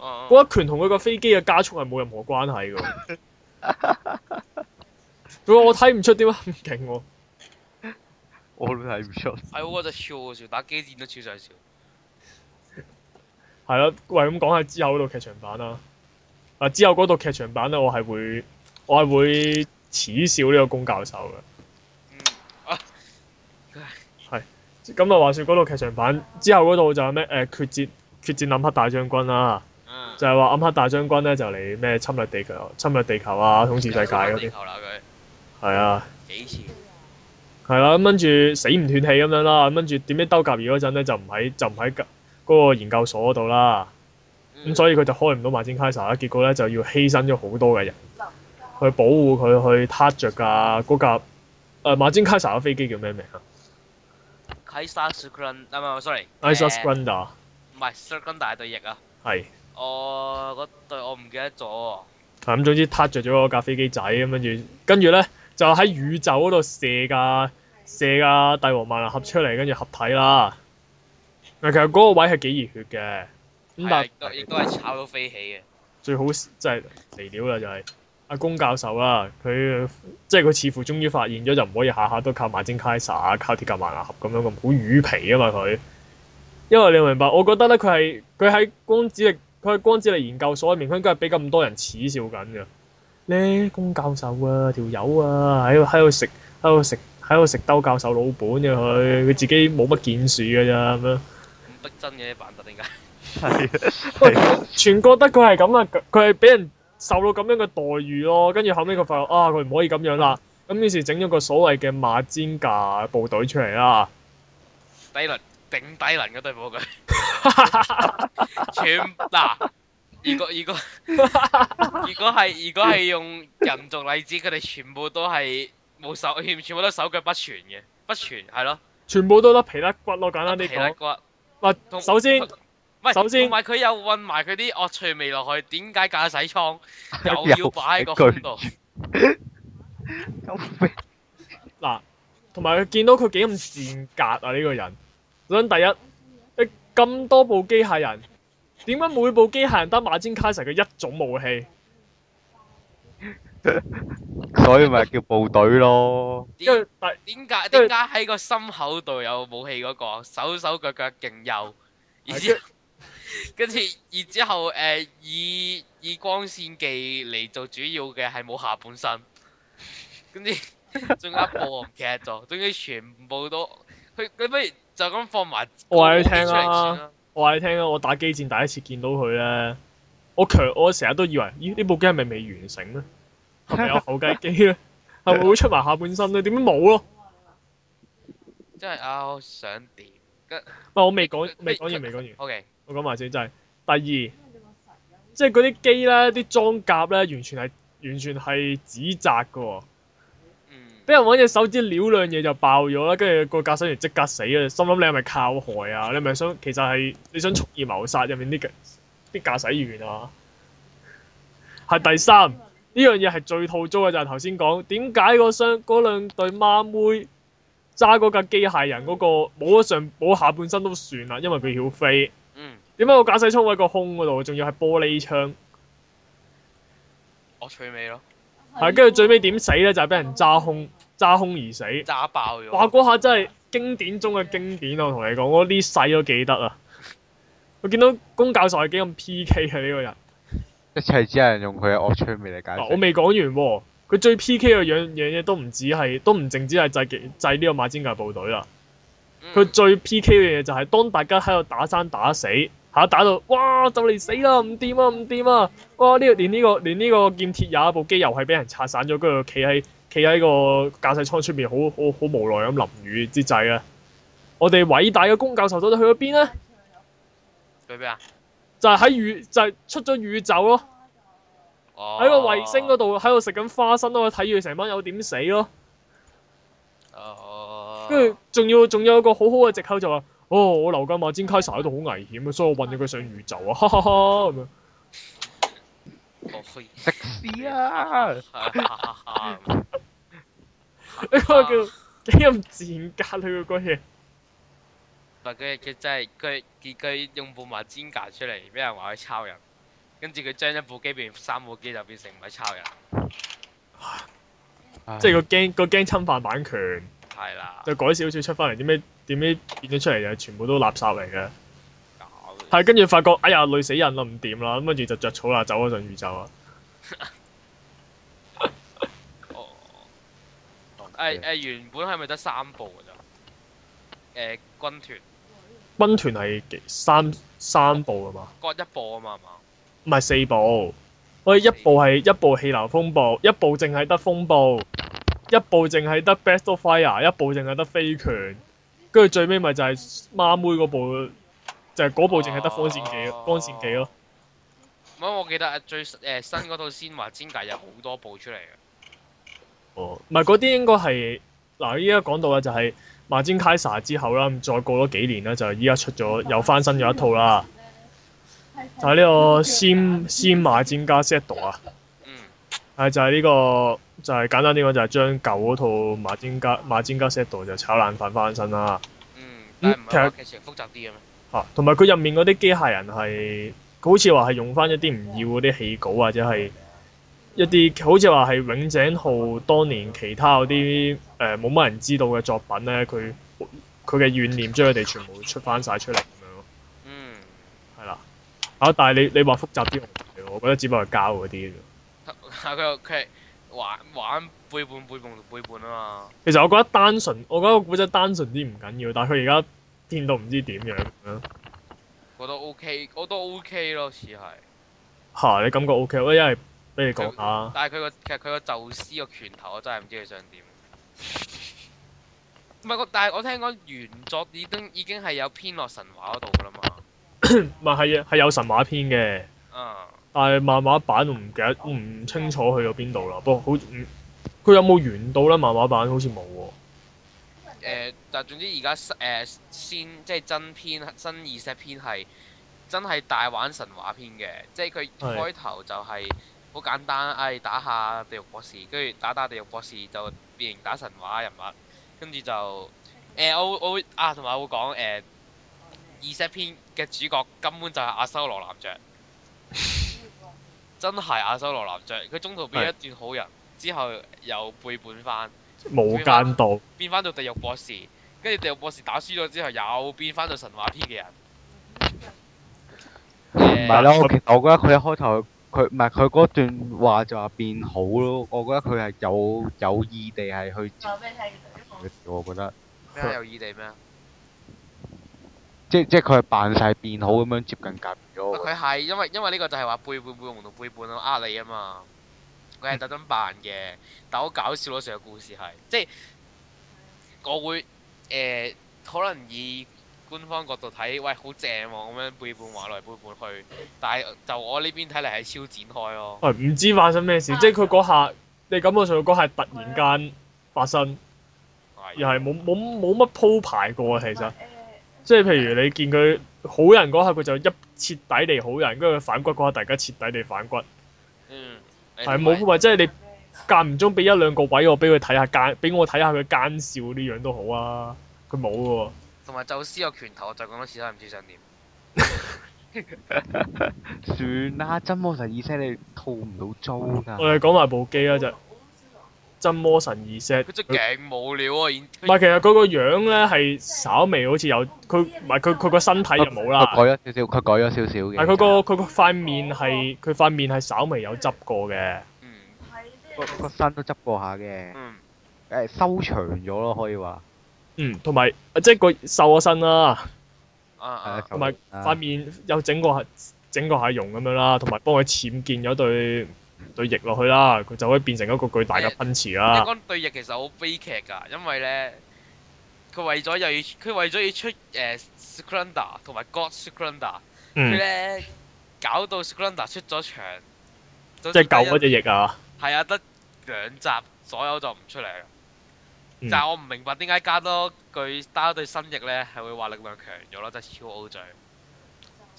Speaker 3: 嗯
Speaker 2: 嗰一拳同佢個飛機嘅加速係冇任何關係㗎。佢話我睇唔出點解 咁勁喎。
Speaker 4: 我都睇唔出。
Speaker 3: 係喎，真係超好笑，打機戰都超想笑。
Speaker 2: 係啦，喂，咁講下之後嗰度劇場版啦。啊，之後嗰度劇場版咧，我係會我係會恥笑呢個公教授嘅。
Speaker 3: 嗯，
Speaker 2: 咁啊，話説嗰度劇場版之後嗰度就係咩誒決戰決戰暗黑大將軍啦、
Speaker 3: 嗯
Speaker 2: 就係話暗黑大將軍咧就嚟咩侵略地球、侵略地球啊、統治世界嗰
Speaker 3: 地
Speaker 2: 啲，
Speaker 3: 球啦佢
Speaker 2: 係啊，
Speaker 3: 幾次，
Speaker 2: 係啦、咁跟住死唔斷氣咁樣啦，咁跟住點知兜甲兒嗰陣咧就唔喺就唔喺嗰個研究所嗰度啦，咁所以佢就開唔到馬占卡莎啦，結果咧就要犧牲咗好多嘅人去保護佢，去撻着架嗰架誒馬占卡莎嘅飛機叫咩名啊
Speaker 3: 以 Kaisar s u k r a n 啊唔係唔係，sorry。
Speaker 2: ？ISIS
Speaker 3: 誒
Speaker 2: Granda
Speaker 3: 唔係 s u k r a n 大對翼啊，
Speaker 2: 係。
Speaker 3: 我嗰對我唔記得咗喎。
Speaker 2: 係啊咁，總之撻着咗嗰架飛機仔咁，跟住跟住咧就喺宇宙嗰度射架射架帝王萬能俠出嚟，跟住合體啦。嗱，其實嗰個位係幾熱血嘅，咁
Speaker 3: 係啊
Speaker 2: 但
Speaker 3: 亦
Speaker 2: 係
Speaker 3: 都亦都係炒到飛起嘅。
Speaker 2: 最好就係嚟料啦，就係、阿公教授啦，佢即係佢似乎終於發現咗，就唔可以下下都靠馬精卡莎啊、靠鐵甲萬牙俠咁樣咁好魚皮啊嘛佢。因為你明白，我覺得咧佢係佢喺光子力佢喺光子力研究所入面，佢應該係俾咁多人恥笑緊嘅。咧公教授啊，條友啊，喺度喺度食喺度食喺度食兜教授老本嘅佢，佢自己冇乜建樹嘅咋咁樣。
Speaker 3: 咁逼真嘅扮特點解？
Speaker 2: 喂全覺得佢係咁啊，佢佢係俾人受到咁樣嘅待遇咯。跟住後尾佢發覺啊，佢唔可以咁樣啦。咁於是整咗個所謂嘅馬尖架部隊出嚟啦。
Speaker 3: 低能頂低能嗰對寶 具，全嗱。如果如果 如果係如果係用人族例子，佢哋全部都係冇手，全部都手腳不全嘅，不全係咯。
Speaker 2: 全部都甩皮甩骨咯，簡單啲
Speaker 3: 啊皮甩
Speaker 2: 講。
Speaker 3: 骨。
Speaker 2: 嗱，
Speaker 3: 同
Speaker 2: 首先
Speaker 3: 唔係，
Speaker 2: 首先
Speaker 3: 同埋佢又混埋佢啲惡趣味落去，點解駕 駛艙又
Speaker 4: 又
Speaker 3: 要擺喺個胸度？
Speaker 2: 嗱，同埋佢見到佢幾咁賤格啊！呢、個人，想第一，你咁多部機械人，點解每部機械人得馬尖卡神嘅一種武器？
Speaker 4: 所以咪叫部隊咯。
Speaker 2: 因
Speaker 3: 點
Speaker 2: 為第
Speaker 3: 點解
Speaker 2: 因為
Speaker 3: 點解喺個心口度有武器嗰個手手腳腳勁幼，然
Speaker 2: 係
Speaker 3: 之後 跟住然之後誒以以光線技嚟做主要嘅係冇下半身，跟住仲有一部我唔記 得咗，總之全部都佢佢不如就咁放埋
Speaker 2: 我話你
Speaker 3: 個武器
Speaker 2: 聽
Speaker 3: 出嚟
Speaker 2: 啊
Speaker 3: 算啦，
Speaker 2: 我話你聽啊，我打機戰第一次見到佢咧，我強我成日都以為，咦呢部機係咪未完成咧？係啊
Speaker 4: 啊
Speaker 2: 咪有後繼機咧？係咪會出埋下半身咧？點解冇咯？
Speaker 3: 真係啊！我想點
Speaker 2: 唔啊係我未講未講完未講完，
Speaker 3: ？OK，
Speaker 2: 我講埋先就係、第二，即係嗰啲機咧啲裝甲咧完全係完全係指責嘅喎。
Speaker 3: 嗯，
Speaker 2: 俾人揾隻手指撩兩嘢就爆咗啦，跟住個駕駛員即刻死啊！心諗你係咪靠害啊？你係咪想其實係你想蓄意謀殺入面啲駕啲駕駛員啊？係第三呢樣嘢係最套租嘅就係頭先講點解嗰雙嗰兩對孖妹揸嗰架機械人嗰、個冇咗上冇咗下半身都算啦，因為佢曉飛。
Speaker 3: 嗯，
Speaker 2: 點解個駕駛艙位個胸嗰度仲要係玻璃窗？
Speaker 3: 惡趣味咯，
Speaker 2: 係跟住最尾點死咧？就係、俾人揸胸揸胸而死。
Speaker 3: 炸爆咗。
Speaker 2: 哇！嗰下真係經典中嘅經典啊，我同你講，我呢世都記得啊！我見到公教授係幾咁 P.K. 嘅呢個人，
Speaker 4: 一切只能用佢嘅惡趣味嚟解
Speaker 2: 嗱我
Speaker 4: 釋。
Speaker 2: 未講完喎、佢最 P.K. 嘅樣樣嘢都唔止係，都唔淨止係制極制呢個馬尖格部隊啦。
Speaker 3: 嗯
Speaker 2: 佢最 P.K. 嘅嘢就係當大家喺度打生打死，嚇打到哇就嚟死啦，唔掂啊唔掂啊！哇呢、個連呢、個連呢個劍鐵也部機又係俾人拆散咗，跟住企喺企喺個駕駛艙出面，好好好無奈咁淋雨之際啊！我哋偉大嘅公教授到底去咗邊呢？
Speaker 3: 佢咩啊？
Speaker 2: 就係喺宇就係出咗宇宙咯，
Speaker 3: 哦，
Speaker 2: 喺個衛星嗰度喺度食緊花生咯，睇住成班友點死咯。
Speaker 3: 哦，
Speaker 2: 跟住仲要仲有一個好好嘅藉口就話：哦，我留緊馬尖卡莎喺度好危險啊，所以我運咗佢上宇宙啊，哈哈哈咁樣。
Speaker 3: 哦可以
Speaker 4: 食屎啊！
Speaker 3: 係
Speaker 2: 呢個叫幾咁賤格呢個嗰嘢。
Speaker 3: 但佢佢真係佢佢佢用部麻尖架出嚟，俾人話佢抄人，跟住佢將一部機變成三部機就變成唔係抄人，
Speaker 2: 即係個驚個驚侵犯版權，
Speaker 3: 係啦，
Speaker 2: 就改少少出翻嚟，點解點解變咗出嚟就全部都垃圾嚟嘅。
Speaker 3: 搞
Speaker 2: 係跟住發覺，哎呀累死人啦，唔掂啦，咁跟住就着草啦，走咗上宇宙啊。
Speaker 3: 哦，誒誒原本係咪得三部㗎咋？誒軍團
Speaker 2: 軍團係幾三三部啊嘛，
Speaker 3: 各一部啊嘛，係嘛？
Speaker 2: 唔係四部。我哋一部係一部氣流風暴，一部淨係得風暴，一部淨係得 Best of Fire，一部淨係得飛拳，跟住最尾咪就係孖妹嗰部，就係嗰部淨係得光線技
Speaker 3: 哦
Speaker 2: 光線技咯。
Speaker 3: 唔係我記得最誒新嗰套《先華尖架》有好多部出嚟嘅。
Speaker 2: 哦，唔係嗰啲應該係嗱，依家講到啦，就係馬尖卡莎之後啦，咁再過咗幾年啦，就依家出咗又翻新咗一套啦，就係呢個先先馬尖加 set 啊，
Speaker 3: 嗯，
Speaker 2: 係就係呢個就係簡單啲講，就係將舊嗰套馬尖加馬尖加 set 就炒爛飯翻身啦，
Speaker 3: 嗯，但係唔
Speaker 2: 其實
Speaker 3: 係話劇情複雜啲嘅咩？
Speaker 2: 嚇，啊同埋佢入面嗰啲機械人係佢好似話係用翻一啲唔要嗰啲氣稿或者係一啲好似話係永井豪當年其他嗰啲誒冇乜人知道嘅作品咧，佢佢嘅怨念將佢哋全部出翻晒出嚟咁樣咯，
Speaker 3: 嗯，
Speaker 2: 係啦。啊！但係你你話複雜啲，我唔係喎我覺得只不過係交嗰啲啫。
Speaker 3: 佢又佢係玩玩背叛背叛背叛啊嘛，
Speaker 2: 其實我覺得單純，我覺得個古仔單純啲唔緊要，但係佢而家變到唔知點樣咁樣。
Speaker 3: 覺得 OK，我都 OK 咯，似係。
Speaker 2: 嚇、啊你感覺 O K 喂，因為俾你講下，
Speaker 3: 但係佢個其實佢個宙斯個拳頭，我真係唔知佢想點。唔係個，但係我聽講原作已經已經係有偏落神話嗰度噶啦嘛。
Speaker 2: 咪係係有神話篇嘅，
Speaker 3: 嗯，
Speaker 2: 但係漫畫版我唔記得，我唔清楚去到邊度啦。不過好唔，佢有冇完到咧？漫畫版好似冇喎。
Speaker 3: 誒、呃但係總之而家誒先即係真篇新二 set 篇係真係大玩神話篇嘅，即係佢
Speaker 2: 係
Speaker 3: 開頭就係好簡單，唉、打下地獄博士，跟住打打地獄博士就變形打神話人物，跟住就誒、我會我會啊同埋我會講誒、二 set 篇嘅主角根本就係阿修羅男爵，真係阿修羅男爵，佢中途變咗一段好人，之後又背叛翻。
Speaker 2: 無間道
Speaker 3: 變翻到地獄博士，跟住地獄博士打輸咗之後，又變翻到神話篇嘅人。
Speaker 4: 唔
Speaker 3: 誒
Speaker 4: 係咯，我其實我覺得佢一開頭佢唔係佢嗰段話就話變好咯，我覺得佢係有有意地係去接嘅，我覺得
Speaker 3: 咩啊有異地咩啊？
Speaker 4: 即即係佢係扮晒變好咁樣接近隔咗我覺得。
Speaker 3: 啊佢係因為因為呢個就係話背叛背叛同背叛啊呃你啊嘛，佢係特登扮嘅，但好搞笑咯成個故事係，即係我會誒、可能以官方角度睇，喂好正喎咁樣背叛話來背叛去，但係就我呢邊睇嚟係超展開咯，
Speaker 2: 喂啊唔知發生咩事，即係佢嗰下，你感覺上佢嗰下係突然間發生，又係冇冇冇乜鋪排過啊，其實。即係譬如你見佢好人嗰下，佢就一徹底地好人，跟住佢反骨嗰下，突然間徹底地反骨，
Speaker 3: 嗯
Speaker 2: 係冇咪即係你間唔中俾一兩個位我俾佢睇下奸，俾我睇下佢奸笑呢樣都好啊。佢冇喎，
Speaker 3: 同埋宙斯個拳頭，我再講多次都係唔知想點。
Speaker 4: 算啦，真魔神二聲你套唔到啊租 㗎。
Speaker 2: 我哋講埋部機啊啦，就係真魔神二 set。
Speaker 3: 佢真係勁無聊喎，然
Speaker 2: 唔
Speaker 3: 佢
Speaker 2: 係，其實佢個樣咧係稍微好似有佢，唔係佢佢個身體就冇
Speaker 4: 佢
Speaker 2: 啦，
Speaker 4: 改咗少少，佢改咗少少嘅。
Speaker 2: 但係佢個佢個塊面係佢塊面係稍微有執過嘅。
Speaker 3: 嗯
Speaker 4: 個個身都執過下嘅，
Speaker 3: 嗯
Speaker 4: 誒收長咗咯，可以話。
Speaker 2: 嗯，同埋即係個瘦咗身啦。
Speaker 3: 啊
Speaker 4: 係啊
Speaker 3: 啊，
Speaker 2: 同埋塊面又整個係整個係容咁樣啦，同埋幫佢僭建咗對對翼落去啦，佢就可以變成一個巨大嘅噴池
Speaker 3: 你
Speaker 2: 啦。
Speaker 3: 講對翼其實好悲劇㗎，因為咧佢為咗又要佢為咗要出誒 s c r a n d a 同埋 God s c r a n d a 佢
Speaker 2: 嗯，
Speaker 3: 咧搞到 s c r a n d a 出咗場，即
Speaker 2: 即係救嗰隻翼啊！
Speaker 3: 係啊，得兩集左右就唔出嚟啦。
Speaker 2: 嗯
Speaker 3: 但係我唔明白點解加多句加多對新翼咧係會話力量強咗咯，真係超 O 嘴，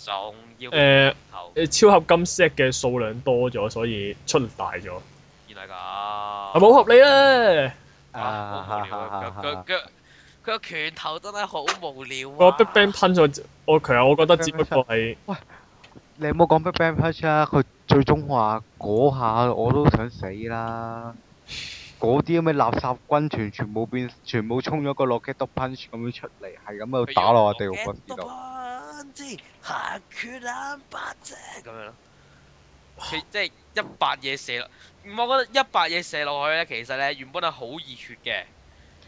Speaker 3: 仲要
Speaker 2: 誒
Speaker 3: 頭
Speaker 2: 誒，超合金 set 嘅數量多咗，所以出力大咗，
Speaker 3: 原來咁。
Speaker 2: 係咪好合理咧？
Speaker 3: 啊，好無聊啊！佢佢
Speaker 4: 啊，
Speaker 3: 佢佢個拳頭真係好無聊
Speaker 2: 我
Speaker 3: 啊！
Speaker 2: Big Bang 噴咗，我其實我覺得只不過係
Speaker 4: 你唔好講 Big Bang Punch 啦，啊佢最終話嗰下我都想死啦。嗰啲咁嘅垃圾軍團全部變， 全部衝咗個 Rocket Dog Punch 咁樣出嚟，係咁喺度打落我地獄嗰士度。
Speaker 3: 度。下拳攬八隻咁樣咯。佢即係一百嘢射落，我覺得一百嘢射落去咧，其實咧原本係好熱血嘅，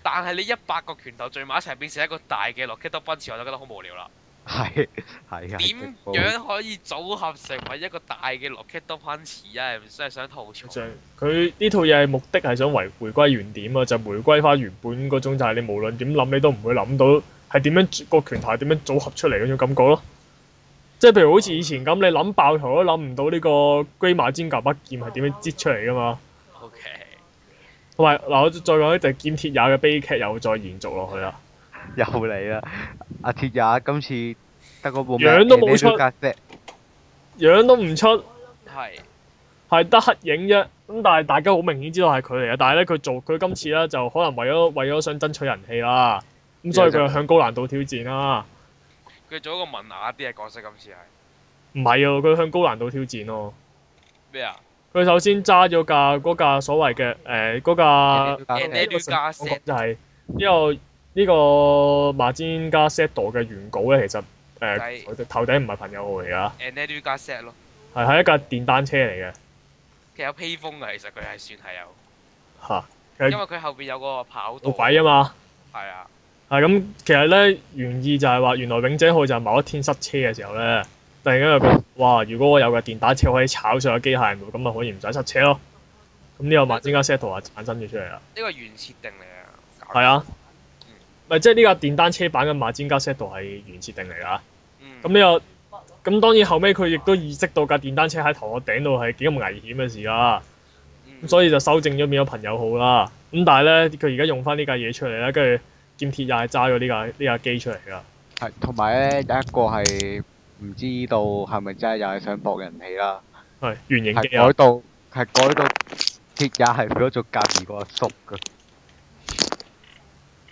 Speaker 3: 但係你一百個拳頭聚埋一齊變成一個大嘅洛基多奔馳，我就覺得好無聊啦。
Speaker 4: 係係啊。
Speaker 3: 點樣可以組合成為一個大嘅洛基多奔馳啊？真係想吐槽。
Speaker 2: 佢呢套嘢係目的係想維回歸原點啊，就回歸翻原本嗰種，就係你無論點諗，你都唔會諗到係點樣個拳頭係點樣組合出嚟嗰種感覺咯。即係譬如好似以前咁，你諗爆頭都諗唔到呢個龟馬尖甲北劍係點樣擠出嚟噶嘛。
Speaker 3: O K。
Speaker 2: 同埋嗱，我再講一就係劍鐵也嘅悲劇又再延續落去啦。
Speaker 4: 又嚟啦！阿鐵也今次得嗰部咩？
Speaker 2: 樣都冇出
Speaker 4: 格啫。
Speaker 2: 樣都唔出，
Speaker 3: 係。
Speaker 2: 係得黑影啫。咁但係大家好明顯知道係佢嚟嘅，但係咧佢做佢今次咧就可能為咗為咗想爭取人氣啦，咁所以佢就向高難度挑戰啦。
Speaker 3: 佢做一個文雅啲嘅角色，今次
Speaker 2: 唔
Speaker 3: 係
Speaker 2: 係啊，佢向高難度挑戰咯。
Speaker 3: 咩啊？
Speaker 2: 佢首先揸咗架嗰架所謂嘅誒嗰架。
Speaker 4: 架
Speaker 3: 人哋都加 set
Speaker 2: 就係呢個呢個麻煎加 set 度嘅原稿咧，其實誒
Speaker 3: 係
Speaker 2: 佢頭頂唔係朋友號嚟㗎，
Speaker 3: ，and then 都加 set 咯。
Speaker 2: 係係一架電單車嚟嘅
Speaker 3: 其實有披風嘅，其實佢係算係有，
Speaker 2: 嚇，
Speaker 3: 因
Speaker 2: 係
Speaker 3: 為佢後邊有個跑道。
Speaker 2: 路軌啊嘛。
Speaker 3: 係啊，
Speaker 2: 係咁，其實咧原意就係話，原來永井號就係某一天塞車嘅時候咧，突然間有個哇，如果我有架電單車可以炒上個機械人度，咁咪可以唔使塞車咯。咁呢個麻煎加 set 度啊產生咗出嚟啦，
Speaker 3: 呢個原設定嚟啊。搞
Speaker 2: 係啊，咪即係呢架電單車版嘅麻煎加 set 度係原設定嚟㗎。
Speaker 3: 嗯。
Speaker 2: 咁呢個咁當然後尾佢亦都意識到架電單車喺頭殼頂度係幾咁危險嘅事啦，咁
Speaker 3: 嗯
Speaker 2: 所以就修正咗變咗朋友號啦。咁但係咧，佢而家用翻呢架嘢出嚟咧，跟住劍鐵又係揸咗呢架呢架機出嚟噶。
Speaker 4: 係同埋咧，有一個係唔知道係咪真係又係想博人氣啦，
Speaker 2: 係原型
Speaker 4: 係
Speaker 2: 機啊
Speaker 4: 改！到係改到鐵也係變咗做隔離個阿叔嘅，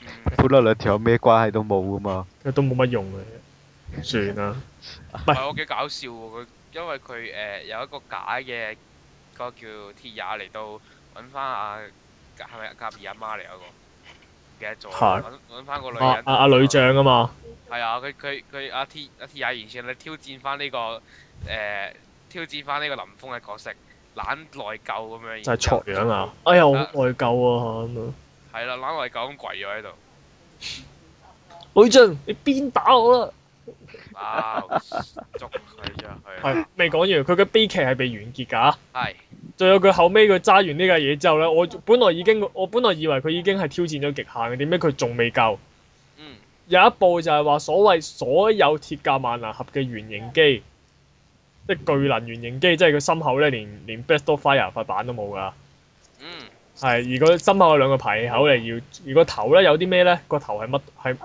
Speaker 3: 嗯
Speaker 4: 本來兩條有咩關係都冇噶嘛。
Speaker 2: 佢都冇乜用嘅，算啦。
Speaker 3: 唔係我幾搞笑喎！佢因為佢誒、呃有一個假嘅嗰個叫鐵也嚟到揾翻阿係咪甲兒阿媽嚟嗰個？唔記得咗
Speaker 2: 係
Speaker 3: 揾揾翻個女
Speaker 2: 阿
Speaker 3: 人。
Speaker 2: 阿阿女將啊嘛，
Speaker 3: 係啊！佢佢佢阿鐵阿鐵也完全係挑戰翻呢、個誒、呃挑戰翻呢個林峰嘅角色，懶內疚咁樣。
Speaker 2: 就係
Speaker 3: 錯
Speaker 2: 錯樣啊！！哎呀，我好內疚啊咁啊！
Speaker 3: 係啦，懶內疚咁跪咗喺度。
Speaker 2: 女將，你鞭打我啦！
Speaker 3: 啊！捉佢咗去。
Speaker 2: 係未講完，佢嘅悲劇係被完結㗎。
Speaker 3: 啊係。
Speaker 2: 仲有佢後尾佢揸完呢架嘢之後咧，我本來已經我本來以為佢已經係挑戰咗極限嘅，點解佢仲未夠？
Speaker 3: 嗯。
Speaker 2: 有一部就係話所謂所有鐵甲萬能俠嘅原型機，即係巨能原型機，即係佢心口咧連連 Best of Fire 塊板都冇㗎。
Speaker 3: 嗯。
Speaker 2: 係，如果心口有兩個排氣口嚟，要如果頭咧有啲咩咧，個頭係乜係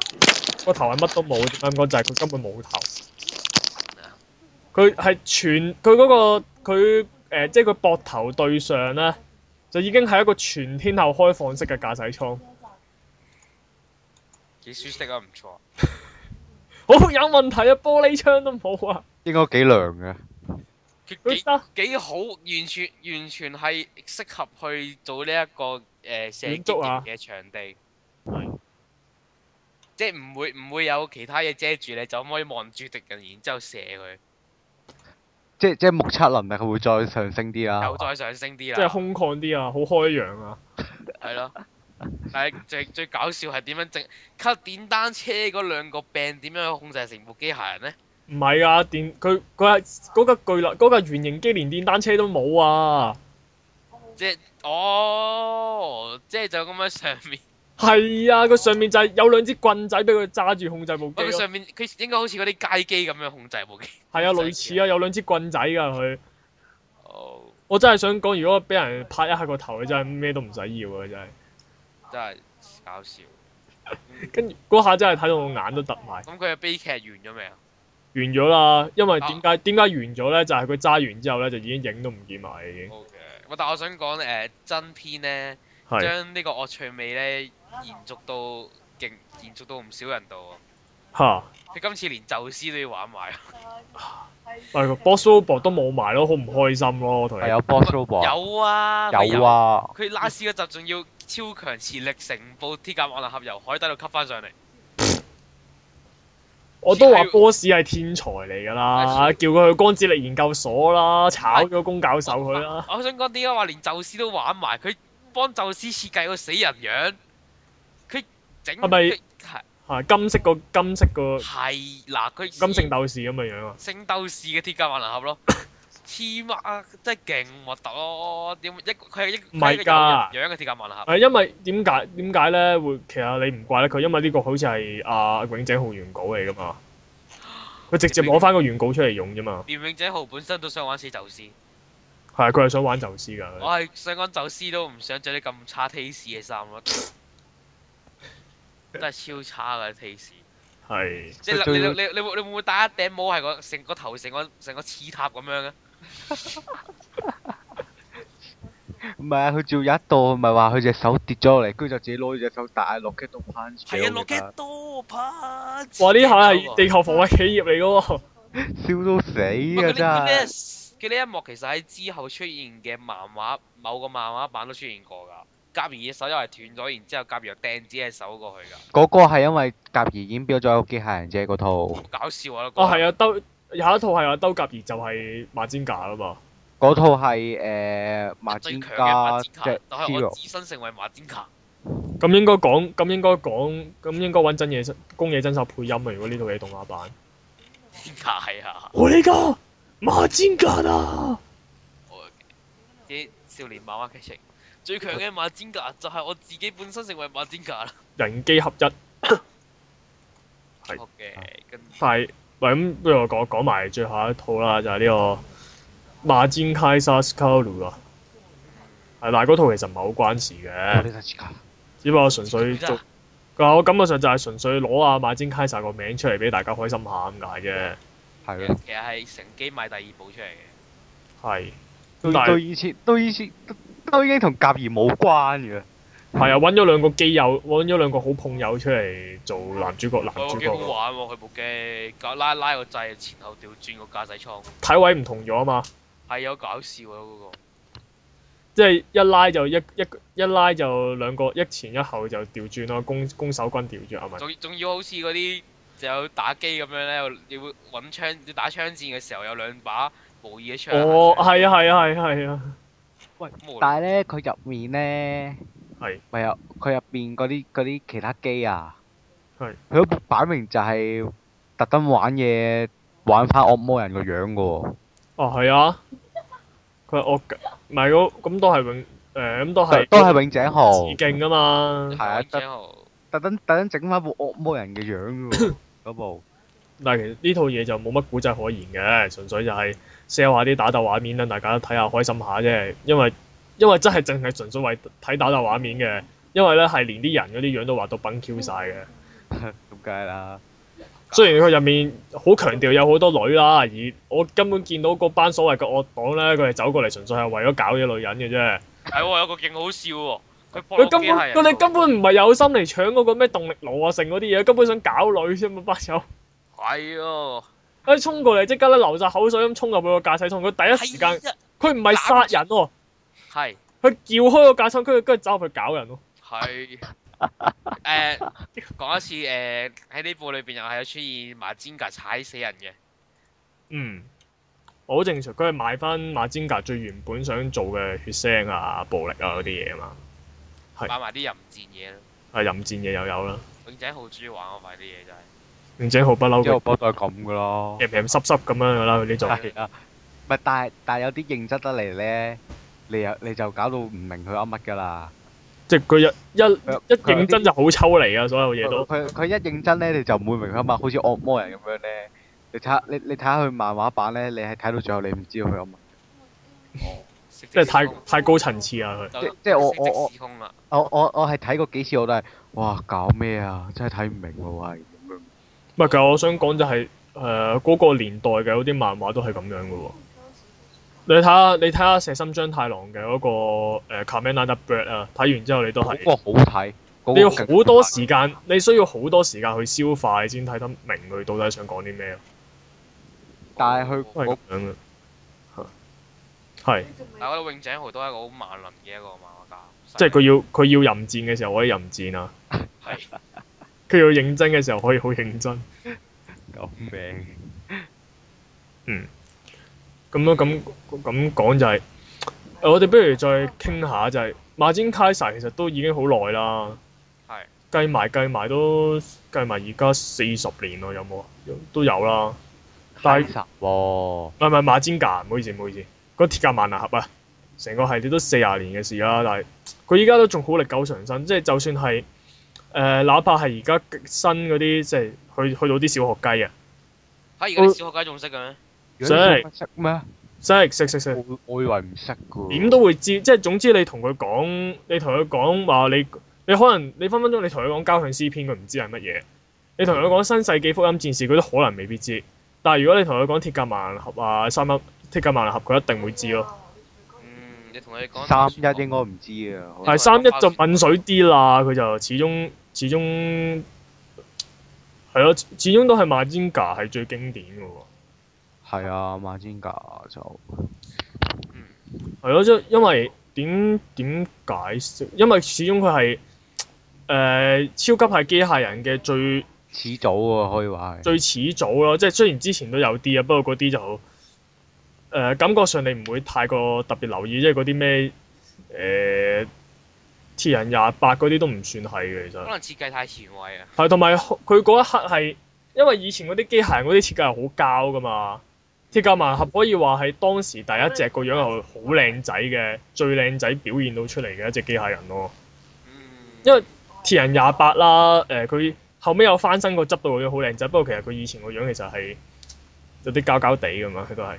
Speaker 2: 個頭係乜都冇，點樣講就係佢根本冇頭。佢係全佢嗰、個佢誒、呃即係佢膊頭對上咧，就已經係一個全天候開放式嘅駕駛艙。
Speaker 3: 幾舒適啊！唔錯。
Speaker 2: 好有問題啊！玻璃窗都冇啊！
Speaker 4: 應該幾涼嘅，
Speaker 3: 佢
Speaker 2: 佢
Speaker 3: 幾
Speaker 2: 得
Speaker 3: 幾好，完全完全係適合去做呢、一個誒、呃、射
Speaker 2: 遠
Speaker 3: 擊
Speaker 2: 足啊
Speaker 3: 型嘅場地。
Speaker 2: 係
Speaker 3: 即係唔會唔會有其他嘢遮住你，就咁可以望住敵人，然之後射佢，
Speaker 4: 即即目測能力係會再上升啲啦。
Speaker 3: 又再上升啲
Speaker 2: 啊即係
Speaker 3: 啦，
Speaker 2: 空曠啲啊，好開揚啊！
Speaker 3: 係咯。但係最最搞笑係點樣整？靠電單車嗰兩個柄點樣去控制成部機械人呢？
Speaker 2: 唔係啊，電佢佢係嗰架巨能嗰架原型機連電單車都冇啊！
Speaker 3: 即係哦，即係就咁樣上面，
Speaker 2: 係啊，佢上面就係有兩支棍仔俾佢揸住控制部機
Speaker 3: 喂佢
Speaker 2: 咯。
Speaker 3: 哦上面佢應該好似嗰啲街機咁樣控制部機。
Speaker 2: 係啊，類似啊，有兩支棍仔㗎佢。
Speaker 3: 哦，
Speaker 2: 我真係想講，如果俾人拍一下個頭，你真係咩都唔使要啊！真係。
Speaker 3: 真係搞笑。
Speaker 2: 跟住嗰下真係睇到我眼都突埋。
Speaker 3: 咁佢嘅悲劇完咗未啊？
Speaker 2: 完咗啦，因為
Speaker 3: 啊
Speaker 2: 點解點解完咗咧？就係佢揸完之後咧，就已經影都唔見埋啦已經。
Speaker 3: 好嘅，喂，但我想講誒、呃真篇咧，
Speaker 2: 係
Speaker 3: 將呢個惡趣味咧延續到勁，延續到唔少人度喎。
Speaker 2: 嚇，
Speaker 3: 佢今次連宙斯都要玩埋，啊
Speaker 2: 喂個 boss robot 都冇埋咯，好唔開心咯，我同你
Speaker 3: 啊
Speaker 4: 係。有 boss robot，
Speaker 3: 有啊，佢
Speaker 4: 有！啊，
Speaker 3: 佢拉斯嗰集仲要超強磁力成部鐵甲萬能俠由海底度吸翻上嚟，
Speaker 2: 我都
Speaker 3: 啊
Speaker 2: 話 boss 係天才嚟㗎啦，叫佢去光子力研究所啦，炒咗公教授佢啦。
Speaker 3: 我想講點解話連宙斯都玩埋？佢幫宙斯設計個死人樣，佢整
Speaker 2: 係咪
Speaker 3: 佢係
Speaker 2: 嚇，金色個金色個
Speaker 3: 係嗱？佢
Speaker 2: 金聖鬥士咁嘅樣啊！
Speaker 3: 聖鬥士嘅鐵甲萬能俠 咯，黐孖啊！真係勁核突咯！點一佢係一
Speaker 2: 唔係㗎
Speaker 3: 佢係一個有人樣嘅鐵甲萬能俠，
Speaker 2: 係因為點解點解咧會？其實你唔怪得佢，因為呢個好似係阿永井浩原稿嚟㗎嘛。佢直接攞翻個原稿出嚟用啫嘛。
Speaker 3: 連永者豪本身都想玩死宙斯，
Speaker 2: 係，佢係想玩宙斯㗎。
Speaker 3: 我係想講宙斯都唔想着啲咁差 taste 嘅衫咯，真係超差嘅 taste。
Speaker 2: 係
Speaker 3: 即係
Speaker 4: 最
Speaker 3: 你你你你會你會唔會戴一頂帽係個成個頭成個成個刺塔咁樣嘅？
Speaker 4: 唔係啊，佢仲有一度唔係話佢隻手跌咗落嚟，跟住就自己攞隻手打落 k 度 punch 咗
Speaker 3: 係啊，洛基
Speaker 4: 其實
Speaker 3: 多啪！
Speaker 2: 啊 哇！呢下係地球防衞企業嚟嘅喎，
Speaker 4: 笑到死
Speaker 3: 喂
Speaker 4: 啊
Speaker 3: 佢呢啲咩
Speaker 4: 真係！
Speaker 3: s- 嘅呢一幕其實喺之後出現嘅漫畫某個漫畫版都出現過㗎。甲兒嘅手又係斷咗，然之後甲兒又掟自己嘅手過去㗎，
Speaker 4: 嗰個係因為甲兒已經標咗有機械人啫嗰套，
Speaker 3: 好搞笑啊！
Speaker 2: 哦，係啊，兜有一套係啊，兜甲兒就係馬尖架啦嘛。
Speaker 4: 嗰套係誒馬
Speaker 3: 最
Speaker 4: 尖
Speaker 3: 強嘅馬
Speaker 4: 加
Speaker 3: 展卡，但係我
Speaker 4: Zero
Speaker 3: 自身成為馬展卡。
Speaker 2: 咁應該講，咁應該講，咁應該揾真嘢公野真秀配音啊！如果呢套嘢動畫版，
Speaker 3: 點解啊？
Speaker 2: 我呢個馬尖架啊！
Speaker 3: 我啲少年漫畫劇情最強嘅馬展架就係我自己本身成為馬展架啦。
Speaker 2: 人機合一，係
Speaker 3: 好
Speaker 4: 啊
Speaker 3: 嘅，跟住
Speaker 2: 但係喂咁，不如我講講埋最後一套啦，就係、呢個馬尖卡沙斯卡魯啊。係，但係嗰套其實唔係好關事
Speaker 3: 嗯
Speaker 2: 嘅，只不過純粹做。我感覺上就係純粹攞阿馬尖卡沙個名出嚟俾大家開心下咁解啫。
Speaker 4: 係咯，
Speaker 3: 其實係乘機買第二部出嚟嘅，
Speaker 2: 係。
Speaker 4: 到
Speaker 2: 但係
Speaker 4: 到以前到以前都都已經同甲兒冇關嘅。
Speaker 2: 係啊，揾咗兩個基友，揾咗兩個好朋友出嚟做男主角，男
Speaker 3: 喂，
Speaker 2: 主
Speaker 3: 我哦幾好
Speaker 2: 角
Speaker 3: 玩喎！佢部機搞拉拉個掣，前後調轉個駕駛艙，
Speaker 2: 睇位唔同咗啊嘛，
Speaker 3: 係好搞笑啊！嗰個
Speaker 2: 即係一拉就一一一拉就兩個，一前一後就調轉咯，攻攻守軍調轉啊咪，
Speaker 3: 仲仲要好似嗰啲就有打機咁樣咧，要揾槍要打槍戰嘅時候有兩把模擬嘅槍。
Speaker 2: 哦，係啊係啊係啊係啊，
Speaker 3: 咁無聊
Speaker 4: 但係咧，佢入面咧，
Speaker 2: 係
Speaker 4: 咪有佢入邊嗰啲嗰啲其他機啊，
Speaker 2: 係
Speaker 4: 佢嗰部擺明就係特登玩嘢玩翻惡魔人個樣嘅喎，
Speaker 2: 哦係啊，佢係惡㗎唔係嗰咁都係永誒咁都係
Speaker 4: 都都係永井豪，
Speaker 2: 致敬啊嘛，
Speaker 4: 係啊
Speaker 3: 玩槍號
Speaker 4: 特登特登整翻部惡魔人嘅樣嘅喎，嗰部
Speaker 2: 但係其實呢套嘢就冇乜古仔可言嘅，純粹就係 sell 下啲打鬥畫面，等大家睇下開心下啫。因為因為真係淨係純粹為睇打鬥畫面嘅，因為咧係連啲人嗰啲樣都畫到崩 Q 晒嘅。
Speaker 4: 咁梗係啦，
Speaker 2: 雖然佢入面好強調有好多女啦，而我根本見到嗰班所謂嘅惡黨咧，佢哋走過嚟純粹係為咗搞啲女人嘅啫。
Speaker 3: 係喎，有個勁好笑喎，佢破
Speaker 2: 佢
Speaker 3: 落
Speaker 2: 根
Speaker 3: 機
Speaker 2: 本
Speaker 3: 械人
Speaker 2: 佢哋根本唔係有心嚟搶嗰個咩動力爐啊，剩嗰啲嘢，根本想搞女啫嘛，班友。
Speaker 3: 係喎，
Speaker 2: 一衝過嚟即刻咧流晒口水咁衝入去個駕駛艙，佢第一時間
Speaker 3: 係啊
Speaker 2: 佢唔係殺人喎、
Speaker 3: 係
Speaker 2: 佢撬開個架撐，跟住跟住走入去搞人咯。
Speaker 3: 係誒講一次誒喺呢部裏邊又係有出現馬尖格踩死人嘅，
Speaker 2: 嗯，好正常。佢係買翻馬尖格最原本想做嘅血腥啊、暴力啊嗰啲嘢啊嘛，係
Speaker 3: 買埋啲淫賤嘢啦。
Speaker 2: 係淫戰嘢又有啦。
Speaker 3: 永仔好中意玩我塊啲嘢真係。
Speaker 2: 永井豪不嬲
Speaker 4: 之後
Speaker 2: 嘅，
Speaker 4: 波都係咁嘅咯，
Speaker 2: 鹹鹹濕濕咁樣噶啦，佢呢種。
Speaker 4: 係啊，咪但係但係有啲認真得嚟咧，你又你就搞到唔明佢噏乜㗎啦。
Speaker 2: 即係佢一一
Speaker 4: 佢
Speaker 2: 一認真就好抽離啊！所有嘢都
Speaker 4: 佢佢一認真咧，你就唔會明佢啊嘛，好似惡魔人咁樣咧。你睇下你你睇下佢漫畫版咧，你係睇到最後你唔知道佢有乜。
Speaker 3: 即
Speaker 2: 即係太太高層次啊！佢
Speaker 4: 即即係我我我
Speaker 3: 時空啦，
Speaker 4: 我我我係睇過幾次，我都係哇搞咩啊！真係睇唔明喎，係咁樣。
Speaker 2: 唔係，其實我想講就係誒嗰個年代嘅嗰啲漫畫都係咁樣嘅喎。你睇下，你睇下石森章太郎嘅嗰、個誒《Kamen Rider Black》啊，睇完之後你都係。
Speaker 4: 嗰個好睇，嗰個
Speaker 2: 你要
Speaker 4: 勁
Speaker 2: 好多時間，你需要好多時間去消化，你先睇得明佢到底想講啲咩咯。
Speaker 4: 但係佢
Speaker 2: 都係咁樣嘅。係，
Speaker 3: 但我覺得永井豪都係一個好萬能嘅一個漫畫家，
Speaker 2: 即係佢要佢要淫戰嘅時候可以淫戰啊，
Speaker 3: 佢係
Speaker 2: 佢要認真嘅時候可以好認真。
Speaker 4: 救命。
Speaker 2: 咁樣咁咁講就係、呃我哋不如再傾下就係、馬占卡莎其實都已經好耐啦，
Speaker 3: 係
Speaker 2: 計埋計埋都計埋而家四十年咯，有冇啊？有都有啦。但係
Speaker 4: 睇實喎，
Speaker 2: 唔係唔係馬尖架，唔好意思唔好意思，嗰鐵甲萬能俠啊，成個系列都四廿年嘅事啦，但係佢依家都仲好歷久常新，即係就算係誒、呃哪怕係而家新嗰啲，即係去去到啲小學雞啊，
Speaker 3: 嚇而家啲小學雞仲識嘅咩？
Speaker 4: 如
Speaker 2: 真
Speaker 4: 果
Speaker 2: 係
Speaker 4: 你識咩？
Speaker 2: 真係食食食
Speaker 4: 我我以為唔識㗎。
Speaker 2: 點都會知，即係總之你同佢講，你同佢講話你你可能你分分鐘你同佢講交響詩篇，佢唔知係乜嘢；你同佢講新世紀福音戰士，佢都可能未必知。但係如果你同佢講鐵甲萬能俠啊、三一鐵甲萬能俠，佢一定會知咯。
Speaker 3: 嗯，你同佢講
Speaker 4: 三一應該唔知啊。
Speaker 2: 係三一就敏水啲啦，佢就始終始終係咯，始終都係馬尖架係最經典嘅喎。
Speaker 4: 係啊，馬堅噶就
Speaker 2: 係咯，即因為點點解釋？因為始終佢係誒超級係機械人嘅最
Speaker 4: 始祖喎，可以話係。
Speaker 2: 最始祖咯。即係雖然之前都有啲啊，不過嗰啲就誒、呃感覺上你唔會太過特別留意，即係嗰啲咩誒鐵人廿八嗰啲都唔算係嘅，其實
Speaker 3: 可。能設計太前衛啊。
Speaker 2: 係，同埋佢嗰一刻係，因為以前嗰啲機械人嗰啲設計係好膠噶嘛，鐵甲萬合可以話係當時第一隻個樣係好靚仔嘅，最靚仔表現到出嚟嘅一隻機械人咯。
Speaker 3: 嗯，
Speaker 2: 因為鐵人廿八啦，誒、佢後尾有翻身個執到個樣好靚仔，不過其實佢以前個樣其實係有啲膠膠地咁樣，佢都係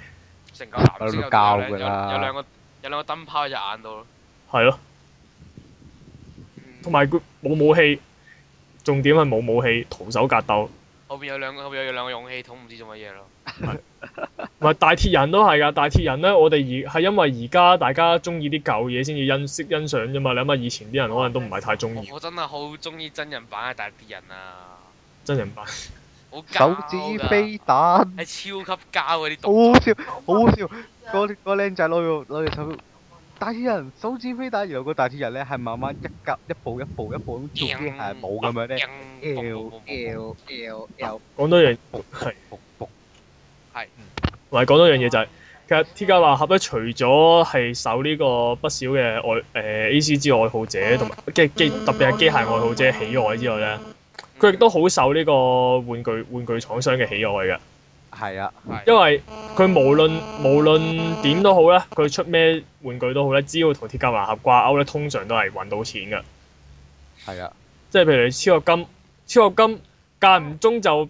Speaker 3: 成嚿藍色
Speaker 4: 有
Speaker 3: 有
Speaker 4: 膠
Speaker 3: 有
Speaker 4: 㗎
Speaker 3: 兩
Speaker 4: 啦
Speaker 3: 有兩個有兩個燈泡喺隻眼度咯。
Speaker 2: 係咯，
Speaker 3: 嗯
Speaker 2: 同埋佢冇武器，重點係冇武器，徒手格鬥。
Speaker 3: 後邊有兩個後邊有兩個勇氣筒，唔知做乜嘢咯。
Speaker 2: 唔係大鐵人都係㗎，大鐵人咧，我哋而係因為而家大家中意啲舊嘢先至欣識欣賞啫嘛。你諗下以前啲人可能都唔係太
Speaker 4: 嗯
Speaker 2: 中意
Speaker 3: 我我真係好中意真人版嘅大啲人啊，
Speaker 2: 真人版，
Speaker 3: 好
Speaker 4: 手
Speaker 3: 膠
Speaker 4: 指
Speaker 3: 㗎
Speaker 4: 飛哦彈，
Speaker 3: 係超級膠嗰啲動
Speaker 4: 好好笑，好好笑。嗰嗰個僆仔攞住攞住手，大鐵人手指飛彈，然後個大鐵人咧係慢慢一格一步一步一步咁做機械人舞咁樣咧，L
Speaker 3: 咧。
Speaker 4: L L L，
Speaker 2: 講多樣
Speaker 4: 卜卜
Speaker 2: 同埋講多樣嘢就係、其實鐵甲萬合咧，除咗係受呢個不少嘅愛誒、A 呃 C G 愛好者同埋機機特別係機械愛好者喜愛之外咧，佢亦都好受呢個玩具玩具廠商嘅喜愛嘅。
Speaker 4: 係啊，
Speaker 3: 係
Speaker 2: 因為佢無論無論點都好咧，佢出咩玩具都好咧，只要同鐵甲萬合掛鈎咧，通常都係揾到錢嘅。
Speaker 4: 係啊，
Speaker 2: 即係譬如你超合金，超合金間唔中就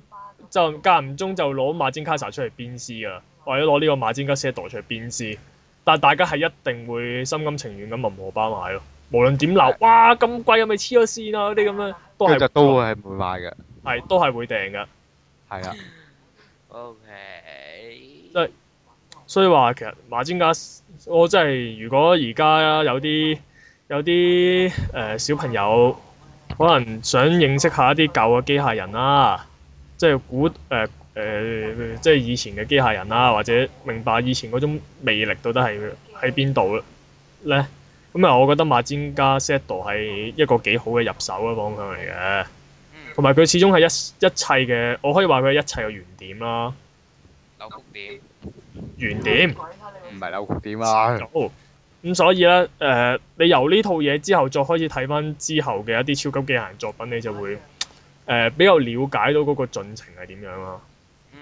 Speaker 2: 就間唔中就攞馬尖卡莎出嚟鞭屍噶，或者攞呢個馬尖卡 set 出嚟鞭屍。但係大家係一定會心甘情願咁問荷包買咯，無論點鬧，哇咁貴係咪黐咗線啊嗰啲咁樣，都
Speaker 4: 跟
Speaker 2: 係
Speaker 4: 住就啊都會係唔會買嘅，
Speaker 2: 係都係會訂㗎。
Speaker 4: 係啊，
Speaker 3: OK。
Speaker 2: 真係所以話其實馬專家，我真係如果而家有啲有啲誒、呃小朋友，可能想認識下一啲舊嘅機械人啦，即係古誒誒、呃呃即係以前嘅機械人啦，或者明白以前嗰種魅力到底係喺邊度咧？咁啊，我覺得馬專家 set 係一個幾好嘅入手嘅方向嚟嘅，
Speaker 3: 嗯，
Speaker 2: 同埋佢始終係一一切嘅，我可以話佢係一切嘅原點啦，
Speaker 3: 扭曲點。
Speaker 2: 原點。
Speaker 4: 唔係扭曲點啊，
Speaker 2: 好咁所以咧，誒、你由呢套嘢之後再開始睇翻之後嘅一啲超級機械人作品，你就會誒、呃比較了解到嗰個進程係點樣啦。
Speaker 3: 嗯，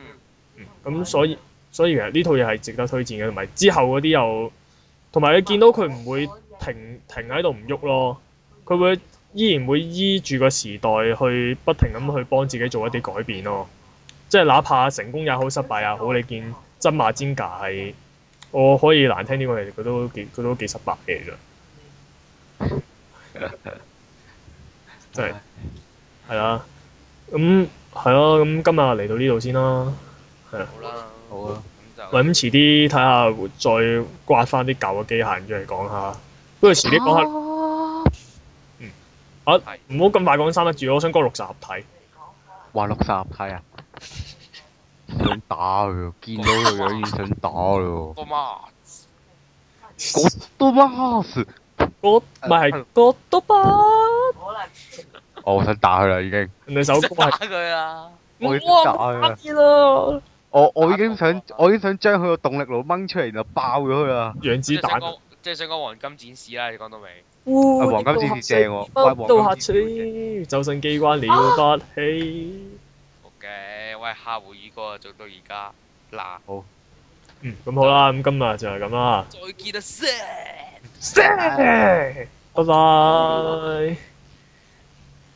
Speaker 2: 嗯，咁所以所以其實呢套嘢係值得推薦嘅，同埋之後嗰啲又同埋你見到佢唔會停停喺度唔喐咯，佢會依然會依住個時代去不停咁去幫自己做一啲改變咯。即係哪怕成功也好，失敗也好，你見真馬尖架係我可以難聽啲講，其實佢都幾佢都幾失敗嘅其實真係係啦。咁係咯，咁今日嚟到呢度先啦。
Speaker 3: 好啦。
Speaker 4: 好啊，
Speaker 3: 咁就。
Speaker 2: 喂，咁遲啲睇下再刮翻啲舊嘅機械人出嚟講下。不如遲啲講下，
Speaker 3: 係
Speaker 2: 唔好咁快講三得住，我想講六十合體。
Speaker 4: 哇六十睇啊，想打佢喎，見到佢樣已經想打佢 喎。
Speaker 3: 個媽。
Speaker 4: ゴッドマウス，
Speaker 2: 嗰唔係係嗰多巴，
Speaker 4: 哦我想打佢啦已經，
Speaker 2: 人哋首歌
Speaker 3: 打
Speaker 2: 係
Speaker 3: 佢啊啦！
Speaker 4: 我已經打
Speaker 2: 哇，
Speaker 4: 佢啦
Speaker 2: 唔得啦，
Speaker 4: 我我已經想我已經想將佢個動力爐掹出嚟，然後爆咗佢啦。
Speaker 2: 楊子
Speaker 3: 即係想
Speaker 2: 彈，啊
Speaker 3: 講，即係想講黃金展示啦！你講到未？
Speaker 4: 啊
Speaker 2: 哇，
Speaker 4: 黃金戰士正喎，喂
Speaker 2: 乜都
Speaker 4: 黃
Speaker 2: 客
Speaker 4: 金戰士
Speaker 2: 氣，就剩機關了不起。
Speaker 3: OK，喂，下回二個做到而家，嗱，
Speaker 2: 嗯，咁好啦，咁今日就係咁
Speaker 3: 啊
Speaker 2: 啦，
Speaker 3: 再見啦，Sir
Speaker 2: 拜拜。